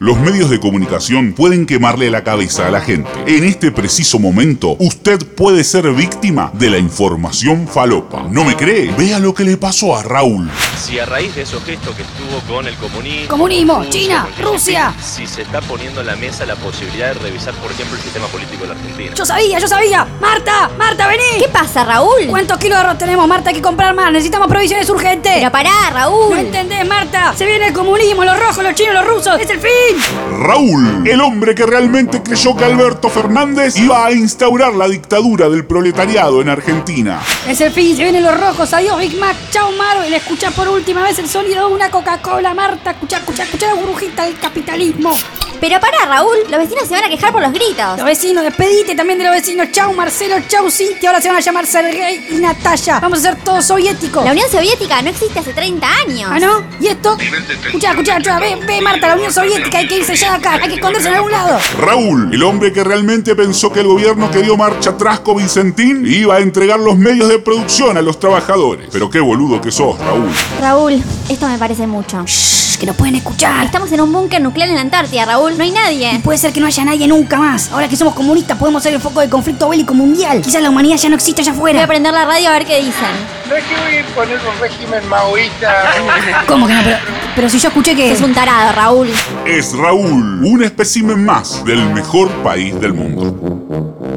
Los medios de comunicación pueden quemarle la cabeza a la gente. En este preciso momento, usted puede ser víctima de la información falopa. ¿No me cree? Vea lo que le pasó a Raúl. Si a raíz de esos gestos que estuvo con el comunismo. Comunismo, ruso, China, con el- Rusia. Si se está poniendo en la mesa la posibilidad de revisar, por ejemplo, el sistema político de la Argentina. Yo sabía, yo sabía. Marta, Marta, vení. ¿Qué pasa, Raúl? ¿Cuántos kilos de arroz tenemos, Marta? Hay que comprar más. Necesitamos provisiones urgentes. Pero pará, No Raúl. entendés, Marta. Se viene el comunismo, los rojos, los chinos, los rusos. Es el fin. Raúl, el hombre que realmente creyó que Alberto Fernández iba a instaurar la dictadura del proletariado en Argentina. Es el fin. Se vienen los rojos. Adiós, Big Mac. Chao, Marvel. Escuchá por última vez el sonido de una Coca-Cola, Marta. Escuchá, escuchá, escuchá la burbujita del capitalismo. Pero pará, Raúl. Los vecinos se van a quejar por los Los gritos. vecinos, despedite también de los vecinos. Chau, Marcelo. Chau, Cintia. Ahora se van a llamar Sergey y Natalia. Vamos a ser todos soviéticos. La Unión Soviética no existe hace 30 años. ¿Ah, no? ¿Y esto? Escucha, escucha, escucha. Ve, ve, Marta, la Unión Soviética. Hay que irse ya de acá. Hay que esconderse en algún lado. Raúl, el hombre que realmente pensó que el gobierno que dio marcha atrás con Vicentín iba a entregar los medios de producción a los trabajadores. Pero qué boludo que sos, Raúl. Raúl, esto me parece mucho. Shh, que no pueden escuchar. Estamos en un búnker nuclear en la Antártida, Raúl. No hay nadie. Puede ser que no haya nadie nunca más. Ahora que somos comunistas, podemos ser el foco de conflicto bélico mundial. Quizás la humanidad ya no existe allá Voy a afuera. prender la radio a ver qué dicen. No es que voy a imponer un régimen maoísta. ¿Cómo que no? Pero, pero si yo escuché que. Es un tarado, Raúl. Es Raúl, un espécimen más del mejor país del mundo.